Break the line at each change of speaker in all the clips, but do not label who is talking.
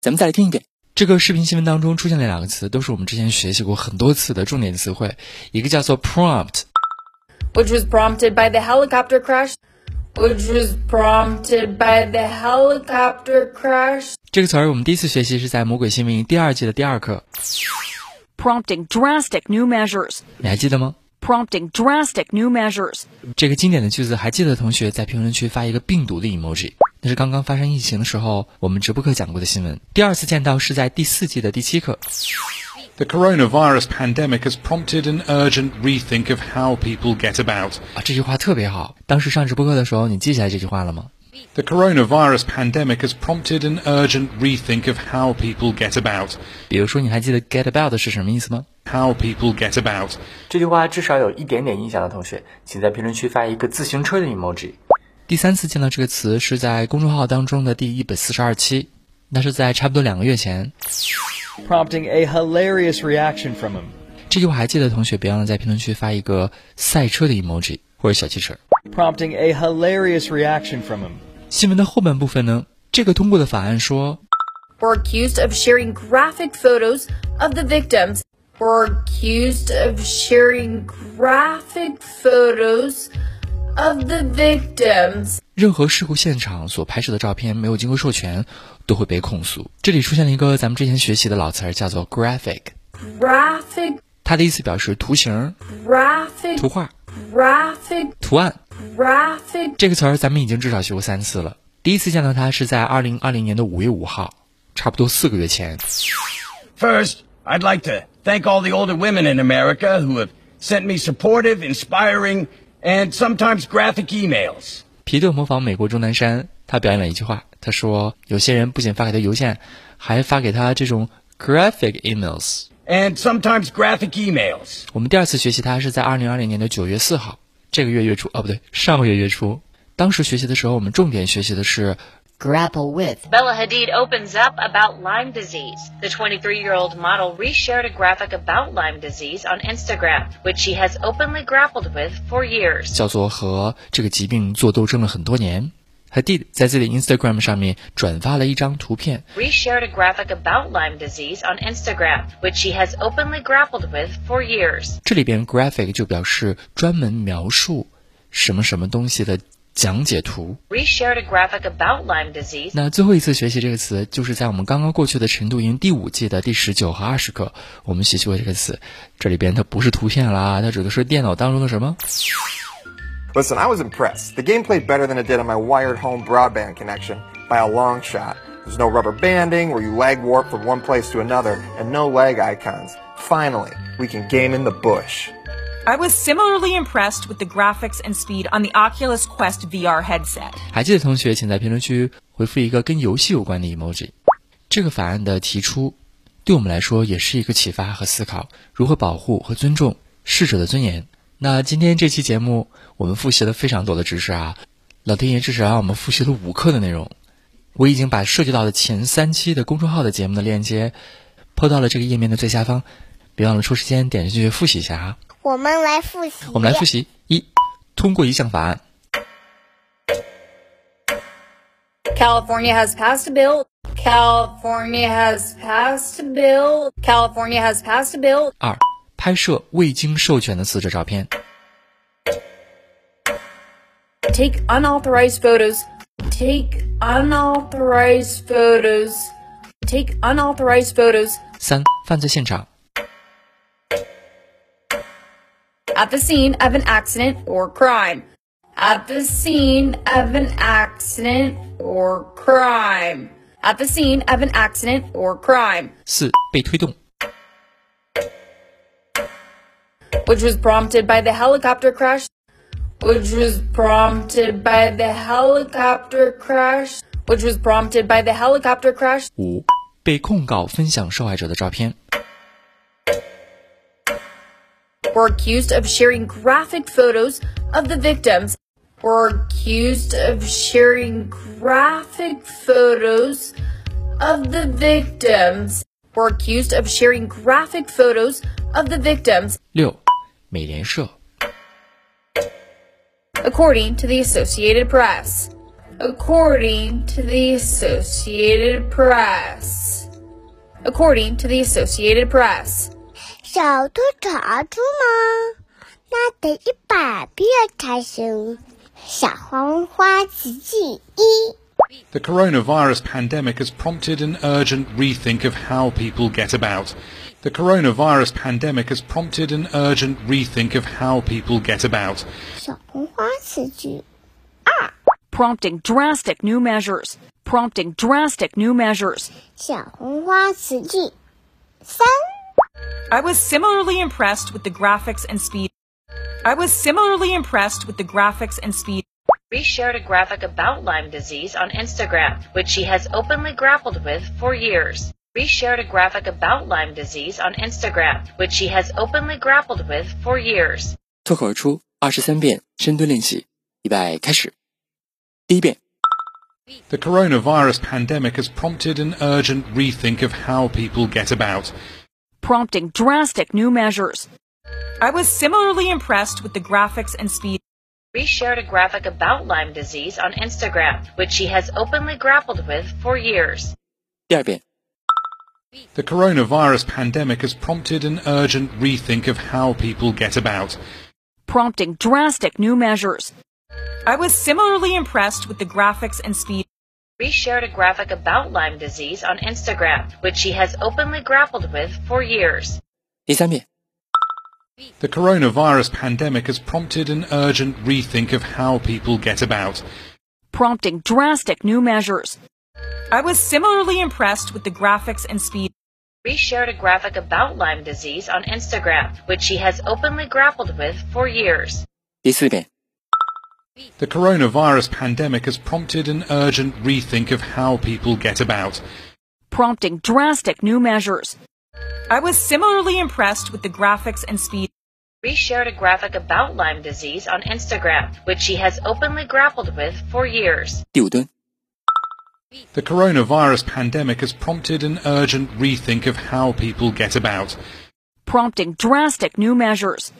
咱们再来听一遍。这个视频新闻当中出现的两个词，都是我们之前学习过很多次的重点词汇，一个叫做 prompt，
which was prompted by the helicopter crash, which was prompted by the helicopter crash.
这个词儿我们第一次学习是在《魔鬼新闻营》第二季的第二课，
prompting drastic new measures,
你还记得吗？
prompting drastic new measures,
这个经典的句子，还记得的同学在评论区发一个病毒的 emoji，那是刚刚发生疫情的时候，我们直播课讲过的新闻。第二次见到是在第四季的第七课。
The coronavirus pandemic has prompted an urgent rethink of how people get about.
啊，这句话特别好。当时上直播课的时候，你记下来这句话了吗？
The coronavirus pandemic has prompted an urgent rethink of how people get about.
比如说，你还记得 get about 是什么意思吗？
How people get about.
这句话至少有一点点印象的同学，请在评论区发一个自行车的 emoji。
第三次见到这个词是在公众号当中的第一百四十二期，那是在差不多两个月前。
prompting a hilarious reaction from him,
这句话还记得的同学，别忘了在评论区发一个赛车的 emoji 或者小汽车。
prompting a hilarious reaction from him.
新闻的后半部分呢，这个通过的法案说，
Were accused of sharing graphic photos of the victims. Were accused of sharing graphic photos of the victims.
任何事故现场所拍摄的照片没有经过授权都会被控诉。这里出现了一个咱们之前学习的老词儿，叫做 graphic，
Graphic,
它的意思表示图形、
graphic,
图画、
graphic,
图案。
graphic.
这个词儿咱们已经至少学过三次了。第一次见到它是在二零二零年的五月五号，差不多四个月前。
First, I'd like to thank all the older women in America who have sent me supportive, inspiring, and sometimes graphic emails.
皮特模仿美国钟南山，他表演了一句话，他说：“有些人不仅发给他邮件，还发给他这种 graphic emails。
And sometimes graphic emails. ”
我们第二次学习它是在二零二零年的九月四号，这个月月初哦不对，上个月月初。当时学习的时候，我们重点学习的是
grapple with.
Bella Hadid opens up about Lyme disease. The 23 year old model reshared a graphic about Lyme disease on Instagram, which she has openly grappled with for years.
叫做和这个疾病做斗争了很多年。Hadid 在自己的 Instagram 上面转发了一张图片，
Reshared a graphic about Lyme disease on Instagram, which she has openly grappled with for years.
这里边 graphic 就表示专门描述什么什么东西的讲解图。
Reshared a graphic about Lyme disease.
那最后一次学习这个词，就是在我们刚刚过去的晨读营第五季的第十九和二十课，我们学习过这个词。这里边它不是图片啦，它指的是电脑当中的什么？
Listen, I was impressed. The game played better than it did on my wired home broadband connection by a long shot. There's no rubber banding where you lag warp from one place to another, and no lag icons. Finally, we can game in the bush.
I was similarly impressed with the graphics and speed on the Oculus Quest VR headset.
还记得同学，请在评论区回复一个跟游戏有关的 emoji。这个法案的提出，对我们来说也是一个启发和思考，如何保护和尊重逝者的尊严。那今天这期节目，我们复习了非常多的知识啊，老天爷至少让我们复习了五课的内容。我已经把涉及到的前三期的公众号的节目的链接抛到了这个页面的最下方，别忘了抽时间点进去复习一下啊。
我们来复习。
我们来复习：一、通过一项法案；
California has passed a bill. California has passed a bill. California has passed a bill.
二、拍摄未经授权的死者照片；
Take unauthorized photos. Take unauthorized photos. Take unauthorized photos
三、犯罪现场；
at the scene of an accident or crime. At the scene of an accident or crime. At the scene of an accident or crime,
四、被推动；
which was prompted by the helicopter crash. Which was prompted by the helicopter crash. Which was prompted by the helicopter crash.
五、被控告分享受害者的照片。
were accused of sharing graphic photos of the victims were accused of sharing graphic photos of the victims were accused of sharing graphic photos of the victims
六，美联社。
according to the associated press according to the associated press according to the associated press
小兔查出吗？那得一百遍才行。小黄花词句一，
The coronavirus pandemic has prompted an urgent rethink of how people get about. The coronavirus pandemic has prompted an urgent rethink of how people get about.
小红花词句，
Prompting drastic new measures. Prompting drastic new measures.
小红花词句三，
I was similarly impressed with the graphics and speed. I was similarly impressed with the graphics and speed.
reshared a graphic about Lyme disease on Instagram, which she has openly grappled with for years. Reshared a graphic about Lyme disease on Instagram, which she has openly grappled with for years.
脱口而出二十三遍深蹲练习，预备开始。第一遍，
The coronavirus pandemic has prompted an urgent rethink of how people get about.
Prompting drastic new measures.
I was similarly impressed with the graphics and speed.
Reshared a graphic about Lyme disease on Instagram, which she has openly grappled with for years.
第二遍，
The coronavirus pandemic has prompted an urgent rethink of how people get about.
Prompting drastic new measures.
I was similarly impressed with the graphics and speed.
Reshared a graphic about Lyme disease on Instagram, which she has openly grappled with for years.
第三遍，
The coronavirus pandemic has prompted an urgent rethink of how people get about.
Prompting drastic new measures.
I was similarly impressed with the graphics and speed.
reshared a graphic about Lyme disease on Instagram, which she has openly grappled with for years.
第四遍，
The coronavirus pandemic has prompted an urgent rethink of how people get about.
Prompting drastic new measures.
I was similarly impressed with the graphics and speed.
Reshared a graphic about Lyme disease on Instagram, which she has openly grappled with for years.
第五蹲，
The coronavirus pandemic has prompted an urgent rethink of how people get about.
Prompting drastic new measures.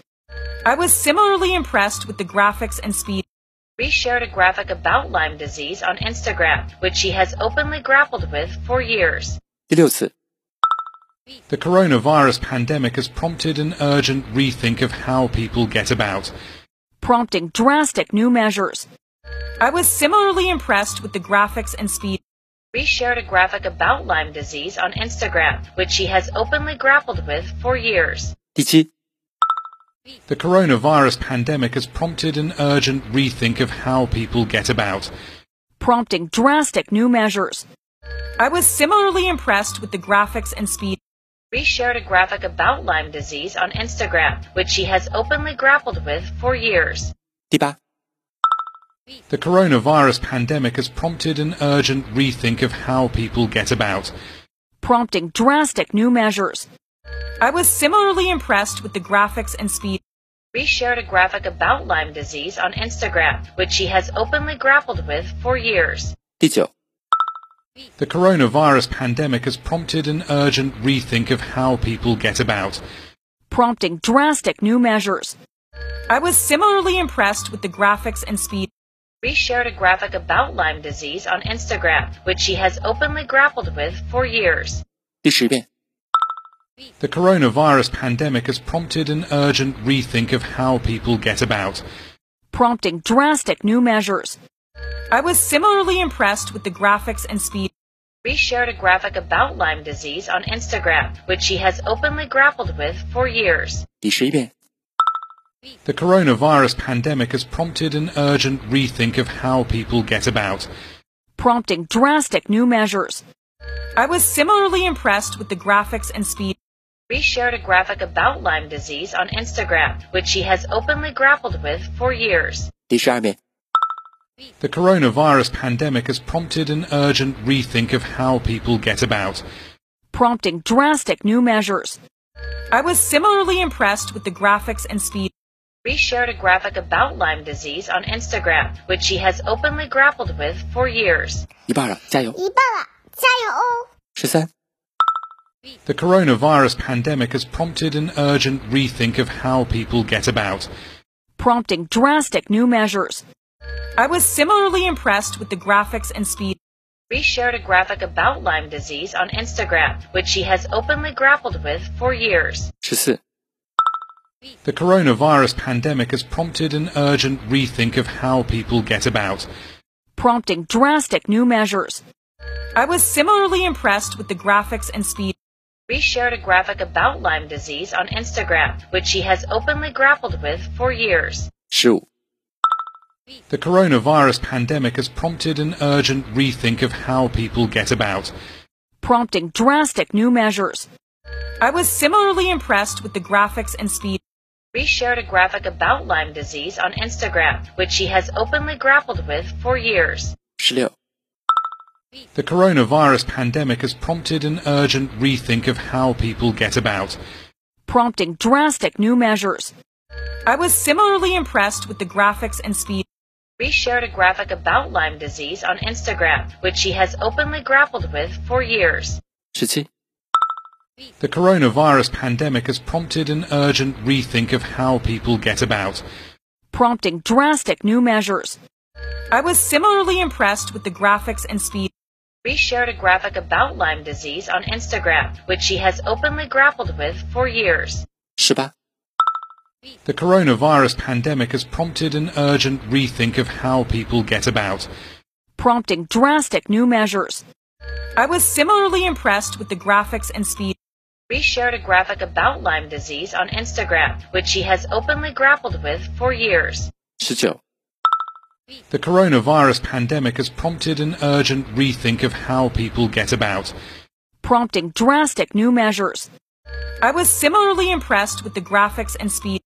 I was similarly impressed with the graphics and speed.
Reshared a graphic about Lyme disease on Instagram, which she has openly grappled with for years.
第六次，
The coronavirus pandemic has prompted an urgent rethink of how people get about.
Prompting drastic new measures.
I was similarly impressed with the graphics and speed.
Reshared a graphic about Lyme disease on Instagram, which she has openly grappled with for years.
第七，
The coronavirus pandemic has prompted an urgent rethink of how people get about.
Prompting drastic new measures.
I was similarly impressed with the graphics and speed.
Reshared a graphic about Lyme disease on Instagram, which she has openly grappled with for years.
第八，
The coronavirus pandemic has prompted an urgent rethink of how people get about.
Prompting drastic new measures.
I was similarly impressed with the graphics and speed.
reshared a graphic about Lyme disease on Instagram, which she has openly grappled with for years.
第九，
The coronavirus pandemic has prompted an urgent rethink of how people get about.
Prompting drastic new measures.
I was similarly impressed with the graphics and speed.
Reshared a graphic about Lyme disease on Instagram, which she has openly grappled with for years.
第十遍，
The coronavirus pandemic has prompted an urgent rethink of how people get about.
Prompting drastic new measures.
I was similarly impressed with the graphics and speed.
Reshared a graphic about Lyme disease on Instagram, which she has openly grappled with for years.
第十一遍，
The coronavirus pandemic has prompted an urgent rethink of how people get about.
Prompting drastic new measures.
I was similarly impressed with the graphics and speed.
Reshared a graphic about Lyme disease on Instagram, which she has openly grappled with for years.
第十二遍，
The coronavirus pandemic has prompted an urgent rethink of how people get about.
prompting drastic new measures.
I was similarly impressed with the graphics and speed.
reshared a graphic about Lyme disease on Instagram, which she has openly grappled with for years.
一半了，加油！
一半了，加油哦！
十三、
The coronavirus pandemic has prompted an urgent rethink of how people get about.
Prompting drastic new measures.
I was similarly impressed with the graphics and speed.
Reshared a graphic about Lyme disease on Instagram, which she has openly grappled with for years.
十四、
The coronavirus pandemic has prompted an urgent rethink of how people get about.
Prompting drastic new measures.
I was similarly impressed with the graphics and speed.
Reshared a graphic about Lyme disease on Instagram, which she has openly grappled with for years.
十五、
The coronavirus pandemic has prompted an urgent rethink of how people get about.
Prompting drastic new measures.
I was similarly impressed with the graphics and speed.
Reshared a graphic about Lyme disease on Instagram, which she has openly grappled with for years.
十六、
The coronavirus pandemic has prompted an urgent rethink of how people get about.
Prompting drastic new measures.
I was similarly impressed with the graphics and speed.
reshared a graphic about Lyme disease on Instagram, which she has openly grappled with for years.
十七、
The coronavirus pandemic has prompted an urgent rethink of how people get about.
Prompting drastic new measures.
I was similarly impressed with the graphics and speed.
Reshared a graphic about Lyme disease on Instagram, which she has openly grappled with for years.
十八、
The coronavirus pandemic has prompted an urgent rethink of how people get about.
Prompting drastic new measures.
I was similarly impressed with the graphics and speed.
Reshared a graphic about Lyme disease on Instagram, which she has openly grappled with for years.
十九、
The coronavirus pandemic has prompted an urgent rethink of how people get about.
Prompting drastic new measures.
I was similarly impressed with the graphics and speed.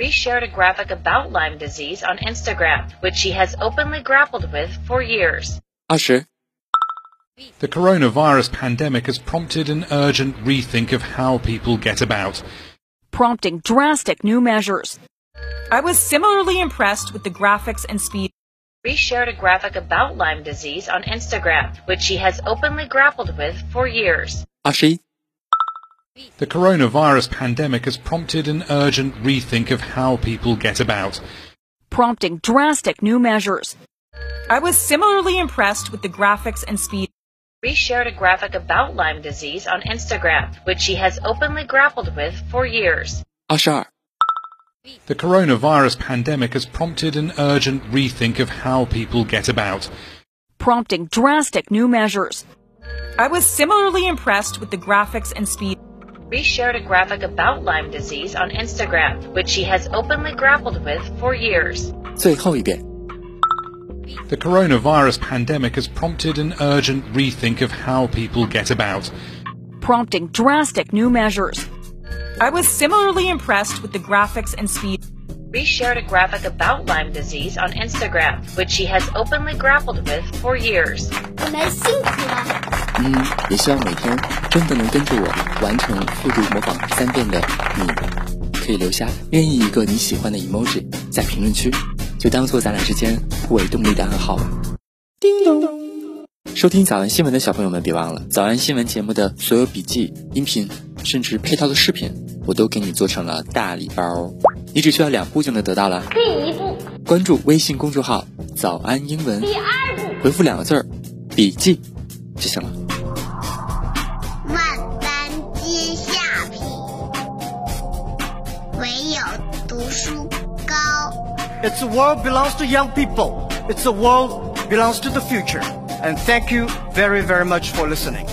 Reshared a graphic about Lyme disease on Instagram, which she has openly grappled with for years.
二十、
The coronavirus pandemic has prompted an urgent rethink of how people get about.
Prompting drastic new measures.
I was similarly impressed with the graphics and speed.
reshared a graphic about Lyme disease on Instagram, which she has openly grappled with for years.
二十一、
The coronavirus pandemic has prompted an urgent rethink of how people get about.
Prompting drastic new measures.
I was similarly impressed with the graphics and speed.
Reshared a graphic about Lyme disease on Instagram, which she has openly grappled with for years.
二十二、
The coronavirus pandemic has prompted an urgent rethink of how people get about.
Prompting drastic new measures.
I was similarly impressed with the graphics and speed.
Reshared a graphic about Lyme disease on Instagram, which she has openly grappled with for years.
最后一遍。
The coronavirus pandemic has prompted an urgent rethink of how people get about.
Prompting drastic new measures.
I was similarly impressed with the graphics and speed.
Reshared a graphic about Lyme disease on Instagram, which she has openly grappled with for years.
我们辛苦了，
嗯，也希望每天真的能跟着我完成复读模仿三遍的你，可以留下任意一个你喜欢的 emoji 在评论区，就当做咱俩之间互为动力的暗号吧。叮咚！收听早安新闻的小朋友们，别忘了早安新闻节目的所有笔记、音频，甚至配套的视频，我都给你做成了大礼包哦，你只需要两步就能得到了。
第一步，
关注微信公众号“早安英文
第二步，”，
回复两个字儿“笔记”就行了。
万般皆下品，唯有读书高。
It's a world belongs to young people. It's a world belongs to the future. And thank you very, very much for listening.